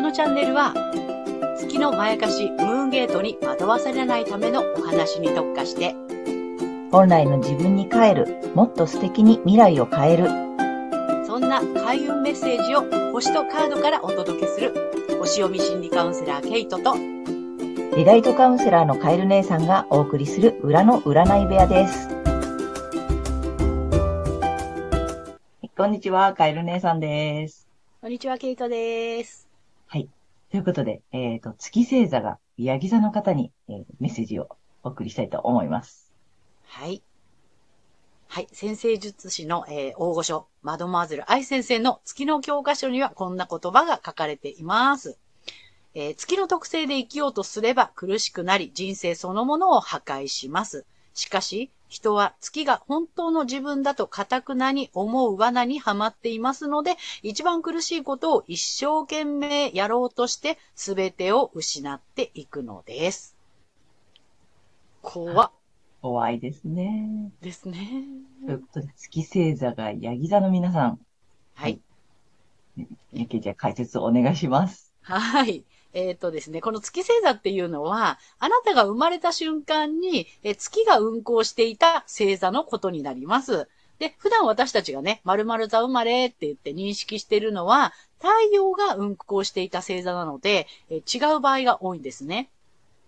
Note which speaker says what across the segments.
Speaker 1: のチャンネルは月のまやかしムーンゲートに惑わされないためのお話に特化して
Speaker 2: 本来の自分に帰る、もっと素敵に未来を変える、
Speaker 1: そんな開運メッセージを星とカードからお届けする星読み心理カウンセラーケイトと
Speaker 2: リライトカウンセラーのカエル姉さんがお送りする裏の占い部屋です。こんにちは、カエル姉さんです。
Speaker 1: こんにちはケイトです
Speaker 2: ということで、えっ、と、月星座がヤギ座の方に、えーメッセージをお送りしたいと思います。
Speaker 1: はいはい先生術師の、えー大御所マドマーゼル愛先生の月の教科書にはこんな言葉が書かれています、えー月の特性で生きようとすれば苦しくなり人生そのものを破壊しますしかし、人は月が本当の自分だと堅くなに思う罠にはまっていますので、一番苦しいことを一生懸命やろうとして、すべてを失っていくのです。怖っ
Speaker 2: お会いですね。
Speaker 1: ですね。
Speaker 2: ということで、月星座がヤギ座の皆さん、
Speaker 1: はい。
Speaker 2: ゆきちゃん解説をお願いします。
Speaker 1: はい。えっ、とですね、この月星座っていうのは、あなたが生まれた瞬間に、えー月が運行していた星座のことになります。で、普段私たちがね、〇〇座生まれって言って認識してるのは、太陽が運行していた星座なので、えー違う場合が多いんですね。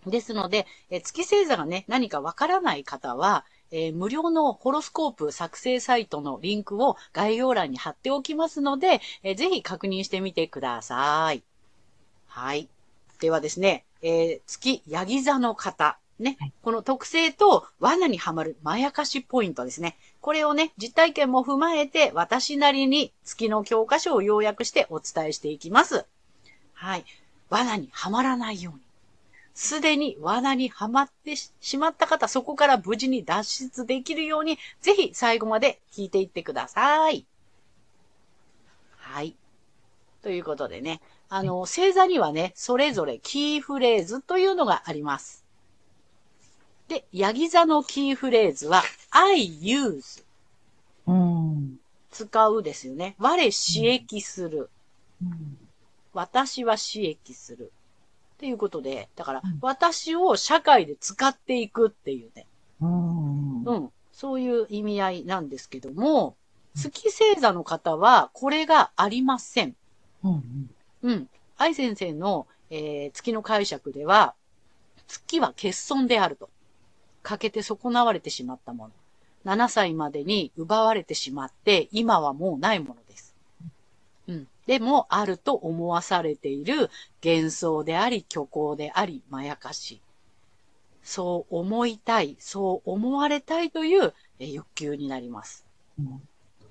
Speaker 1: ですので、えー月星座がね、何かわからない方は、えー無料のホロスコープ作成サイトのリンクを概要欄に貼っておきますので、えーぜひ確認してみてください。はい。ではですね、えー月、ヤギ座の方。ね
Speaker 2: はい。
Speaker 1: この特性と罠にはまるまやかしポイントですね。これをね、実体験も踏まえて、私なりに月の教科書を要約してお伝えしていきます。はい。罠にはまらないように。すでに罠にはまってししまった方、そこから無事に脱出できるように、ぜひ最後まで聞いていってください。はい。ということでね、あの、星座にはね、それぞれキーフレーズというのがあります。で、ヤギ座のキーフレーズは、I use、
Speaker 2: うん。
Speaker 1: 使うですよね。我刺激する。私は刺激する。っていうことで、だから
Speaker 2: うん、
Speaker 1: 私を社会で使っていくっていうね、
Speaker 2: うん。
Speaker 1: うん、そういう意味合いなんですけども、月星座の方は、これがありません。
Speaker 2: うん。
Speaker 1: うん。愛先生の、えー月の解釈では、月は欠損であると。欠けて損なわれてしまったもの。7歳までに奪われてしまって、今はもうないものです。うん。でも、あると思わされている幻想であり、虚構であり、まやかし。そう思いたい、そう思われたいというえー欲求になります。
Speaker 2: うん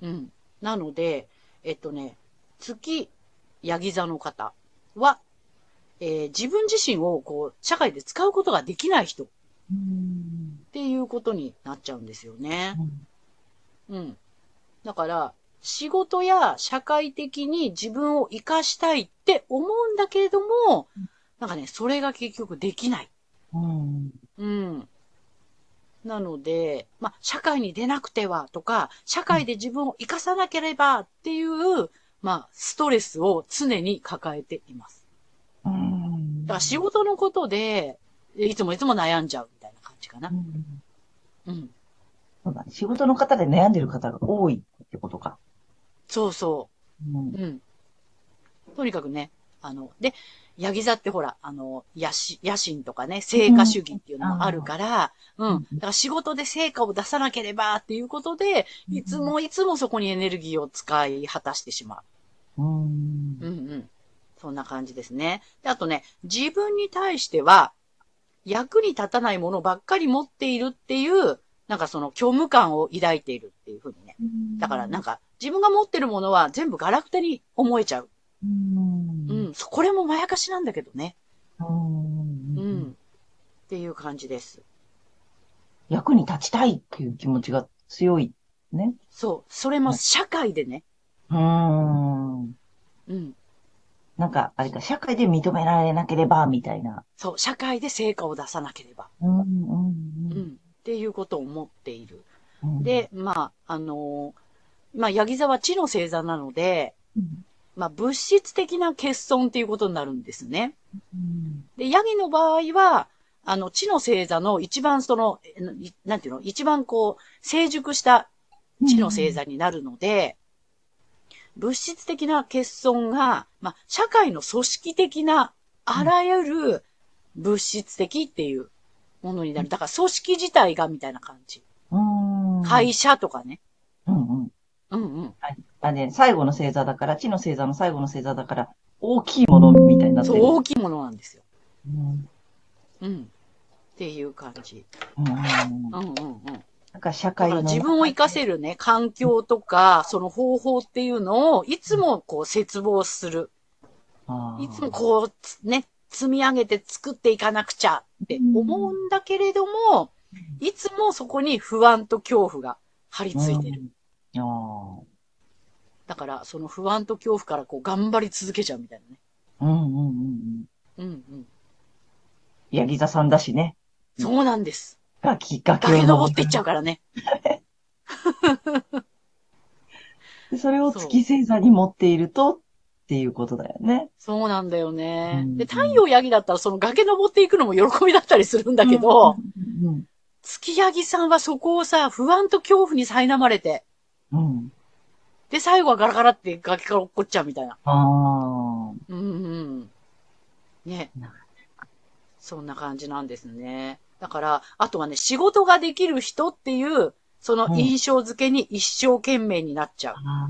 Speaker 1: うん。なので、えっとね、月、ヤギ座の方は、えー自分自身をこう、社会で使うことができない人っ
Speaker 2: うん。
Speaker 1: ていうことになっちゃうんですよね。うん。だから、仕事や社会的に自分を活かしたいって思うんだけれども、なんかね、それが結局できない。
Speaker 2: うん。
Speaker 1: うん。なので、まあ、社会に出なくてはとか、社会で自分を生かさなければっていう、まあ、ストレスを常に抱えています。
Speaker 2: うん。
Speaker 1: だから仕事のことで、いつもいつも悩んじゃうみたいな感じかな
Speaker 2: う。ん
Speaker 1: うん。
Speaker 2: そうだね仕事の方で悩んでる方が多いってことか。
Speaker 1: そうそうう。
Speaker 2: ん。
Speaker 1: うん。とにかくね、あの、で、ヤギ座ってほら、あの、野し野心とかね、成果主義っていうのもあるから、
Speaker 2: ん
Speaker 1: うん。だから仕事で成果を出さなければっていうことで、いつもいつもそこにエネルギーを使い果たしてしま
Speaker 2: うん。
Speaker 1: う。うんうん。そんな感じですね。であとね、自分に対しては、役に立たないものばっかり持っているっていう、なんかその虚無感を抱いているっていうふうにね。だからなん
Speaker 2: か、
Speaker 1: か、自分が持ってるものは全部ガラクタに思えちゃう。
Speaker 2: うん。
Speaker 1: う
Speaker 2: うん
Speaker 1: ん。そこれもまやかしなんだけどね。う
Speaker 2: うん
Speaker 1: ん。っていう感じです。
Speaker 2: 役に立ちたいっていう気持ちが強い。ね。
Speaker 1: そう。それも社会でね。
Speaker 2: うん。
Speaker 1: うん。
Speaker 2: なんか、あれか、社会で認められなければ、みたいな。
Speaker 1: そう。社会で成果を出さなければ。
Speaker 2: うん。う
Speaker 1: うんん。っていうことを思っている。
Speaker 2: うん、
Speaker 1: で、まあ、あのーまあ、ヤギ座は地の星座なので、
Speaker 2: うん、
Speaker 1: まあ、物質的な欠損っていうことになるんですね。で、ヤギの場合は、あの、地の星座の一番その、えないなんていうの一番こう、成熟した地の星座になるので、物質的な欠損が、まあ、社会の組織的な、あらゆる物質的っていうものになる。だから組織自体がみたいな感じ。
Speaker 2: うん。
Speaker 1: 会。社とかね。
Speaker 2: うんうん。
Speaker 1: うんうん。
Speaker 2: あね、最後の星座だから、地の星座の最後の星座だから、大きいものみたいになって
Speaker 1: そう、
Speaker 2: る。
Speaker 1: 大きいものなんですよ。
Speaker 2: うん
Speaker 1: うん。っていう感じ。
Speaker 2: うんうん
Speaker 1: うんうんうん。
Speaker 2: なんか社
Speaker 1: だ
Speaker 2: 会
Speaker 1: から
Speaker 2: の。
Speaker 1: 自分を活かせるね、環境とか、その方法っていうのを、いつもこう、絶望する。
Speaker 2: あー
Speaker 1: いつもこうつ、ね、積み上げて作っていかなくちゃって思うんだけれども、いつもそこに不安と恐怖が張り付いてる。
Speaker 2: うん。あ
Speaker 1: だから、その不安と恐怖からこう、頑張り続けちゃうみたいなね。
Speaker 2: あ。うんうんうんうん。
Speaker 1: うんうん。
Speaker 2: ヤギ座さんだしね。
Speaker 1: そうなんです。
Speaker 2: がきっかけ
Speaker 1: 崖登っていっちゃうからね。
Speaker 2: それを月星座に持っていると、っていうことだよね。
Speaker 1: そうなんだよね。
Speaker 2: うん
Speaker 1: で、太陽ヤギだったらその崖登っていくのも喜びだったりするんだけど、
Speaker 2: うん、
Speaker 1: 月ヤギさんはそこをさ、不安と恐怖に苛まれて、
Speaker 2: うん。うん。
Speaker 1: で、最後はガラガラって崖から落っこっちゃうみたいな。
Speaker 2: あ
Speaker 1: うんうん。ね
Speaker 2: なる。
Speaker 1: そんな感じなんですね。だから、あとはね、仕事ができる人っていう、その印象付けに一生懸命になっちゃう
Speaker 2: あ。。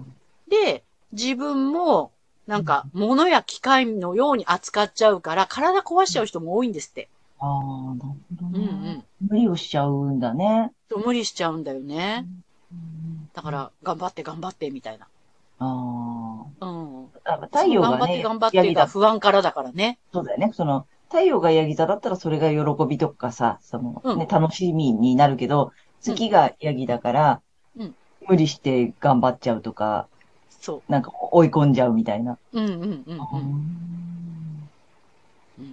Speaker 2: あ
Speaker 1: で、自分も、なんか、物や機械のように扱っちゃうから、体壊しちゃう人も多いんですって。
Speaker 2: あ。ああ、なるほ
Speaker 1: う
Speaker 2: ど
Speaker 1: んう
Speaker 2: ね、
Speaker 1: ん。
Speaker 2: 無理をしちゃうんだね。
Speaker 1: 無理しちゃうんだよね。だか
Speaker 2: あ
Speaker 1: ら、頑張って頑張って、みたいな。
Speaker 2: あ。
Speaker 1: うん。
Speaker 2: あ太陽
Speaker 1: 頑張
Speaker 2: が
Speaker 1: って
Speaker 2: ね、
Speaker 1: 頑張って
Speaker 2: ヤギ
Speaker 1: が
Speaker 2: だ。
Speaker 1: 不安からだからね。
Speaker 2: そうだよね。その、太陽がヤギ座だったらそれが喜びとかさ、その、
Speaker 1: うん
Speaker 2: ね、楽しみになるけど、月がヤギだから、
Speaker 1: うん
Speaker 2: 無理して頑張っちゃうとか、
Speaker 1: そ
Speaker 2: なんか追い込んじゃうみたいな。
Speaker 1: う。うんうんうんうん。うん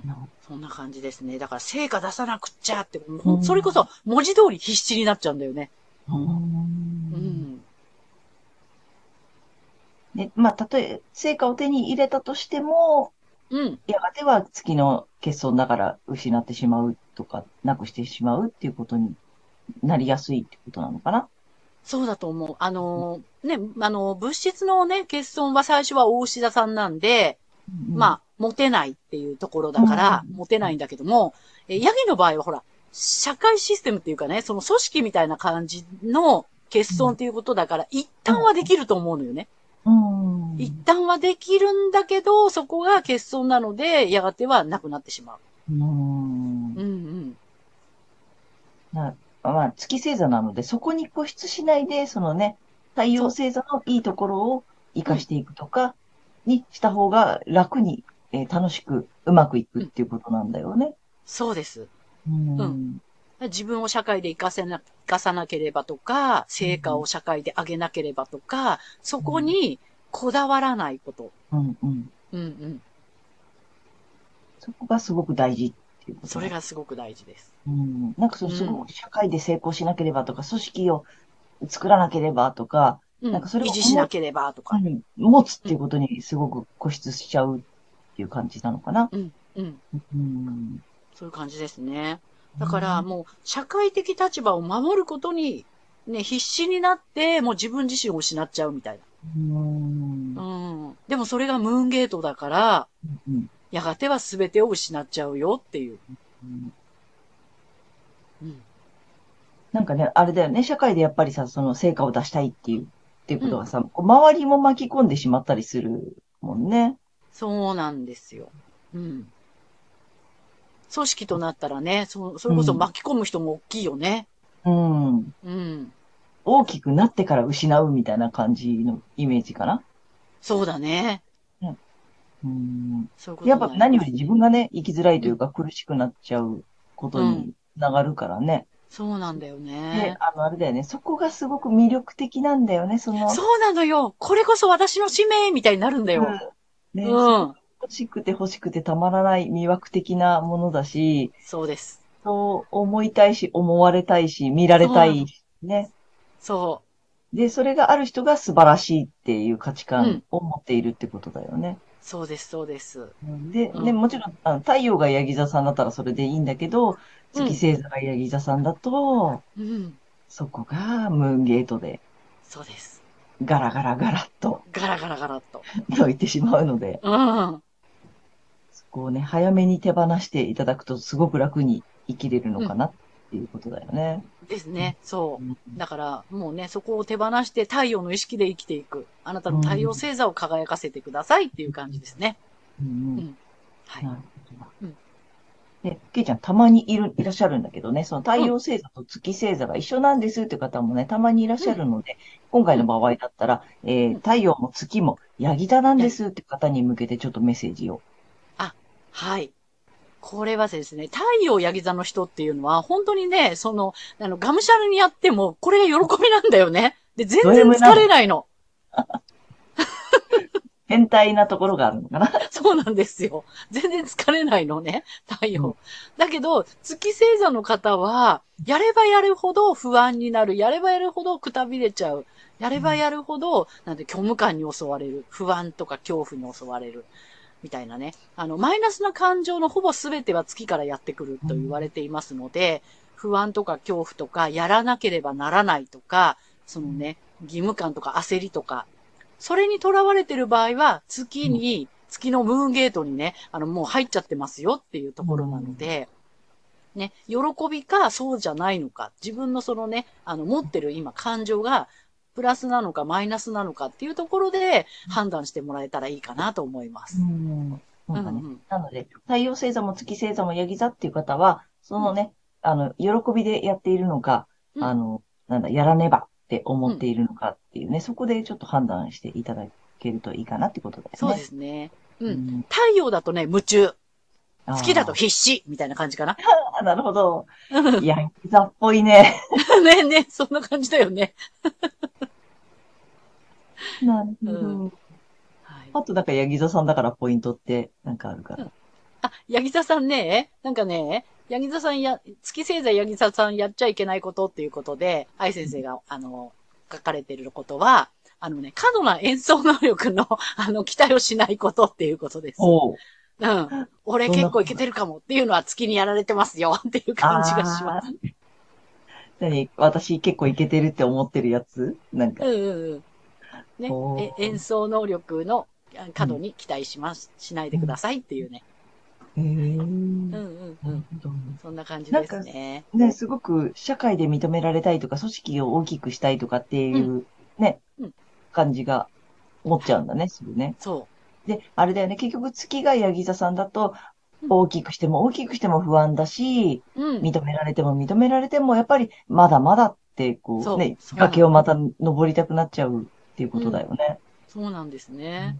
Speaker 2: なるほど
Speaker 1: そんな感じですね。だから、成果出さなくっちゃって、
Speaker 2: う
Speaker 1: もうんそれこそ、文字通り必死になっちゃうんだよね。うん。
Speaker 2: で、まあ、たとえ、成果を手に入れたとしても、
Speaker 1: うん。
Speaker 2: やがては月の欠損だから失ってしまうとか、なくしてしまうっていうことになりやすいってことなのかな
Speaker 1: そうだと思う。あのーね、あのー物質のね、欠損は最初は大志田さんなんで、まあ、モテないっていうところだから、
Speaker 2: うん
Speaker 1: モテないんだけども、えヤギの場合はほら、社会システムっていうかね、その組織みたいな感じの欠損っていうことだから、一旦はできると思うのよね。
Speaker 2: あ、うん。
Speaker 1: 一旦はできるんだけど、そこが欠損なので、やがてはなくなってしま
Speaker 2: うん
Speaker 1: う。うんうん。
Speaker 2: まあ、月星座なので、そこに固執しないで、そのね、太陽星座のいいところを活かしていくとかにした方が楽に、えー楽しく、うまくいくっていうことなんだよね。
Speaker 1: そうです。
Speaker 2: うん
Speaker 1: うん自分を社会で生かせな、生かさなければとか、成果を社会で上げなければとか、そこにこだわらないこと。
Speaker 2: うん
Speaker 1: う
Speaker 2: うん。
Speaker 1: んうん。
Speaker 2: そこがすごく大事っていうこと。
Speaker 1: それがすごく大事です。
Speaker 2: うん。なんかその、
Speaker 1: うん
Speaker 2: すごく社会で成功しなければとか、組織を作らなければとか、
Speaker 1: うん。
Speaker 2: なんかそれを
Speaker 1: 維持しなければとか。
Speaker 2: 持つっていうことにすごく固執しちゃうっていう感じなのかな。
Speaker 1: うん。うん。
Speaker 2: うん。
Speaker 1: そういう感じですね。だから、もう社会的立場を守ることに、ね、必死になって、もう自分自身を失っちゃうみたい
Speaker 2: うん。
Speaker 1: な。うん。でもそれがムーンゲートだから、
Speaker 2: うん
Speaker 1: やがては全てを失っちゃうよっていう。
Speaker 2: うん
Speaker 1: うん。
Speaker 2: なんかね、あれだよね、社会でやっぱりさ、その成果を出したいっていう、っていうことがさ、こう周りも巻き込んでしまったりするもんね。
Speaker 1: そうなんですよ。うん。組織となったらね、そそれこそ巻き込む人も大きいよね。
Speaker 2: うん。
Speaker 1: うん。
Speaker 2: 大きくなってから失うみたいな感じのイメージかな。
Speaker 1: そうだね。
Speaker 2: うん。
Speaker 1: そういうこと
Speaker 2: やっぱ何より自分
Speaker 1: が。
Speaker 2: がね、生きづらいというか苦しくなっちゃうことにつながるからね。
Speaker 1: そうなんだよ
Speaker 2: で
Speaker 1: ね、。
Speaker 2: あの、あれだよね、そこがすごく魅力的なんだよね、その。
Speaker 1: そうなのよ。これこそ私の使命みたいになるんだよ。
Speaker 2: うん。ね、
Speaker 1: うん。
Speaker 2: 欲しくて欲しくてたまらない魅惑的なものだし、
Speaker 1: そうです。
Speaker 2: そう思いたいし、思われたいし、見られたいし、ね。
Speaker 1: そ
Speaker 2: で、それがある人が素晴らしいっていう価値観を持っているってことだよね。
Speaker 1: そうです、そうです。
Speaker 2: で、
Speaker 1: うん
Speaker 2: ね、もちろん、あの太陽がヤギ座さんだったらそれでいいんだけど、
Speaker 1: うん
Speaker 2: 月星座がヤギ座さんだと、
Speaker 1: うん。
Speaker 2: そこがムーンゲートで
Speaker 1: そうです。
Speaker 2: ガラガラガラっと
Speaker 1: ガラガラガラっと。
Speaker 2: と言ってしまうので、
Speaker 1: うん。
Speaker 2: そこをね、早めに手放していただくとすごく楽に生きれるのかなっていうことだよね。
Speaker 1: ですね。そうう。
Speaker 2: ん
Speaker 1: だから、もうね、そこを手放して太陽の意識で生きていく。あなたの太陽星座を輝かせてくださいっていう感じですね。
Speaker 2: うん
Speaker 1: うんはい
Speaker 2: な。るほどな
Speaker 1: うん
Speaker 2: で、ケイちゃん、たまにいる、いらっしゃるんだけどね、その太陽星座と月星座が一緒なんですって方もね、たまにいらっしゃるので、今回の場合だったら、えー太陽も月もヤギ座なんですって方に向けてちょっとメッセージを。
Speaker 1: はい。これはですね、太陽ヤギ座の人っていうのは、本当にね、その、あの、がむしゃらにやっても、これが喜びなんだよね。で、全
Speaker 2: ド M
Speaker 1: 然
Speaker 2: なの
Speaker 1: 疲れないの。
Speaker 2: 変態なところがあるのかな。
Speaker 1: そうなんですよ。全然疲れないのね、太
Speaker 2: うん
Speaker 1: 陽。だけど、月星座の方は、やればやるほど不安になる。やればやるほどくたびれちゃう。やればやるほど、なんて虚無感に襲われる。不安とか恐怖に襲われる。みたいなね。あの、マイナスな感情のほぼ全ては月からやってくると言われていますので、不安とか恐怖とか、やらなければならないとか、そのね、義務感とか焦りとか、それにとらわれてる場合は、月に、月のムーンゲートにね、あの、もう入っちゃってますよっていうところなので、ね、喜びかそうじゃないのか、自分のそのね、あの、持ってる今感情が、プラスなのかマイナスなのかっていうところで判断してもらえたらいいかなと思います。
Speaker 2: ん。なんかね
Speaker 1: う、んうん
Speaker 2: なので、太陽星座も月星座もヤギ座っていう方は、そのね、あの、喜びでやっているのか、
Speaker 1: うん
Speaker 2: あの、なんだ、やらねばって思っているのかっていうね、そこでちょっと判断していただけるといいかなってことだよね。
Speaker 1: そうですね。う。
Speaker 2: うんん。
Speaker 1: 太陽だとね、夢中。
Speaker 2: あー
Speaker 1: 月だと。必死みたいな感じかな。
Speaker 2: あ なるほど。ヤギ座っぽいね。
Speaker 1: ねえねえ、そんな感じだよね。
Speaker 2: なるほ
Speaker 1: う
Speaker 2: ど。
Speaker 1: はい
Speaker 2: あとなんかヤギ座さんだからポイントってなんかあるから。
Speaker 1: あ、ヤギ座さんね、なんかね、ヤギ座さんや、月星座ヤギ座さんやっちゃいけないことっていうことで、愛先生が、あの、書かれてることは、あのね、過度な演奏能力の、 あの、期待をしないことっていうことです。
Speaker 2: おう。
Speaker 1: うん。俺
Speaker 2: そんな
Speaker 1: 結構いけてるかもっていうのは月にやられてますよ っていう感じがします。
Speaker 2: す。何私結構いけてるって思ってるやつなんか
Speaker 1: う。んうんうん。
Speaker 2: おー
Speaker 1: ね、え演奏能力のあ過度に期待します、しないでくださいっていうね。
Speaker 2: へえ。
Speaker 1: うん
Speaker 2: な
Speaker 1: うんう
Speaker 2: る
Speaker 1: ん。
Speaker 2: ほど
Speaker 1: そんな感じですね。
Speaker 2: ね、すごく社会で認められたいとか、組織を大きくしたいとかっていうね、
Speaker 1: うん
Speaker 2: 感じが持っちゃうんだね、すぐね。
Speaker 1: そ
Speaker 2: で、あれだよね、結局月がヤギ座さんだと
Speaker 1: う、ん
Speaker 2: 大きくしても大きくしても不安だし、
Speaker 1: う。うん。
Speaker 2: 認められても認められても、やっぱりまだまだって、こ
Speaker 1: そう
Speaker 2: うね、
Speaker 1: そう
Speaker 2: 崖をまた登りたくなっちゃうっていうことだよね。
Speaker 1: そうなんですね。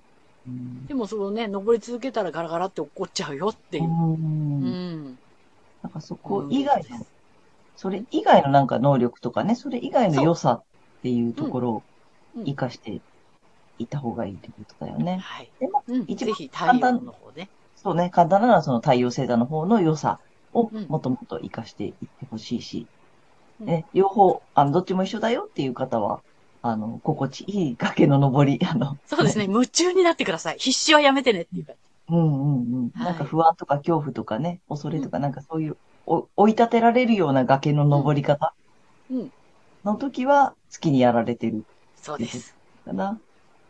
Speaker 2: うん
Speaker 1: でもそのね、登り続けたらガラガラって落っこっちゃうよっていうう。うんん。
Speaker 2: なんかそこ以外
Speaker 1: うん
Speaker 2: の、それ以外のなんか能力とかね、それ以外の良さっていうところを
Speaker 1: うんうん
Speaker 2: 活かしていった方がいいってことだよね。
Speaker 1: はい。
Speaker 2: でも
Speaker 1: うん、
Speaker 2: 一
Speaker 1: ぜ
Speaker 2: 番
Speaker 1: ひ太陽の方ね。
Speaker 2: そうね、簡単なのはその太陽星座の方の良さを
Speaker 1: うん
Speaker 2: もっともっと活かしていってほしいし、
Speaker 1: うん
Speaker 2: ね、両方、あの、どっちも一緒だよっていう方は、あの、心地いい崖の登り、 あの、
Speaker 1: そうですね。夢中になってください。必死はやめてねっていうか。
Speaker 2: うんうんうん。
Speaker 1: はい
Speaker 2: なんか不安とか恐怖とかね、恐れとかなんかそういう、お追い立てられるような崖の登り方
Speaker 1: うんうん
Speaker 2: の時は月にやられてる
Speaker 1: そうです。
Speaker 2: かな。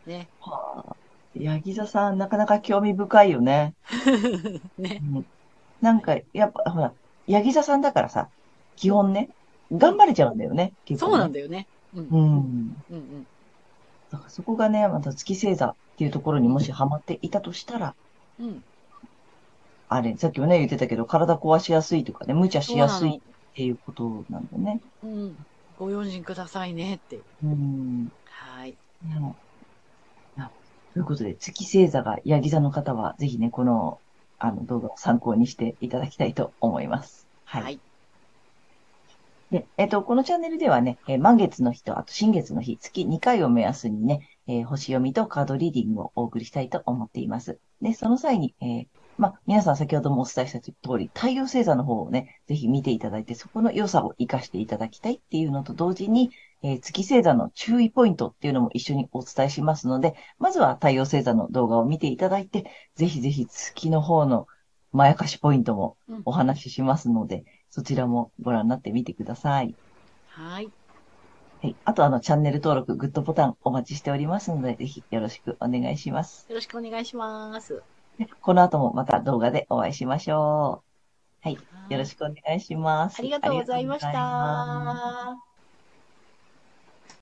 Speaker 1: ね。
Speaker 2: はあ。ヤギ座さん、なかなか興味深いよね。
Speaker 1: ね。
Speaker 2: うんなんか、やっぱ、ほら、ヤギ座さんだからさ、基本ね、頑張れちゃうんだよね、結構
Speaker 1: そう
Speaker 2: ね
Speaker 1: なんだよね。うん。
Speaker 2: う
Speaker 1: うん
Speaker 2: ん。
Speaker 1: うん。
Speaker 2: だからそこがね、また月星座っていうところにもしハマっていたとしたら、
Speaker 1: うん。
Speaker 2: あれ、さっきもね、言ってたけど、体壊しやすいとかね、無茶しやすいっていうことなんだね。
Speaker 1: うん。ご用心くださいねっていう。
Speaker 2: うん。ね
Speaker 1: はい。
Speaker 2: あということで、月星座がヤギ座の方は、ぜひね、この、あの、動画を参考にしていただきたいと思います。はい。
Speaker 1: はい
Speaker 2: で、えっと、このチャンネルではね、えー満月の日と、あと新月の日、月2回を目安にね、えー星読みとカードリーディングをお送りしたいと思っています。で、その際に、えーまあ、皆さん先ほどもお伝えした通り、太陽星座の方をね、ぜひ見ていただいて、そこの良さを活かしていただきたいっていうのと同時に、えー月星座の注意ポイントっていうのも一緒にお伝えしますので、まずは太陽星座の動画を見ていただいて、ぜひぜひ月の方のまやかしポイントも
Speaker 1: うん
Speaker 2: お話ししますので、そちらもご覧になってみてください。
Speaker 1: はい。
Speaker 2: はい。あと、あの、チャンネル登録、グッドボタンお待ちしておりますので、ぜひよろしくお願いします。
Speaker 1: よろしくお願いします。
Speaker 2: この後もまた動画でお会いしましょう。よろ
Speaker 1: く。
Speaker 2: しくお願いします。
Speaker 1: ありがとうございまし
Speaker 2: ありがとうございます
Speaker 1: た。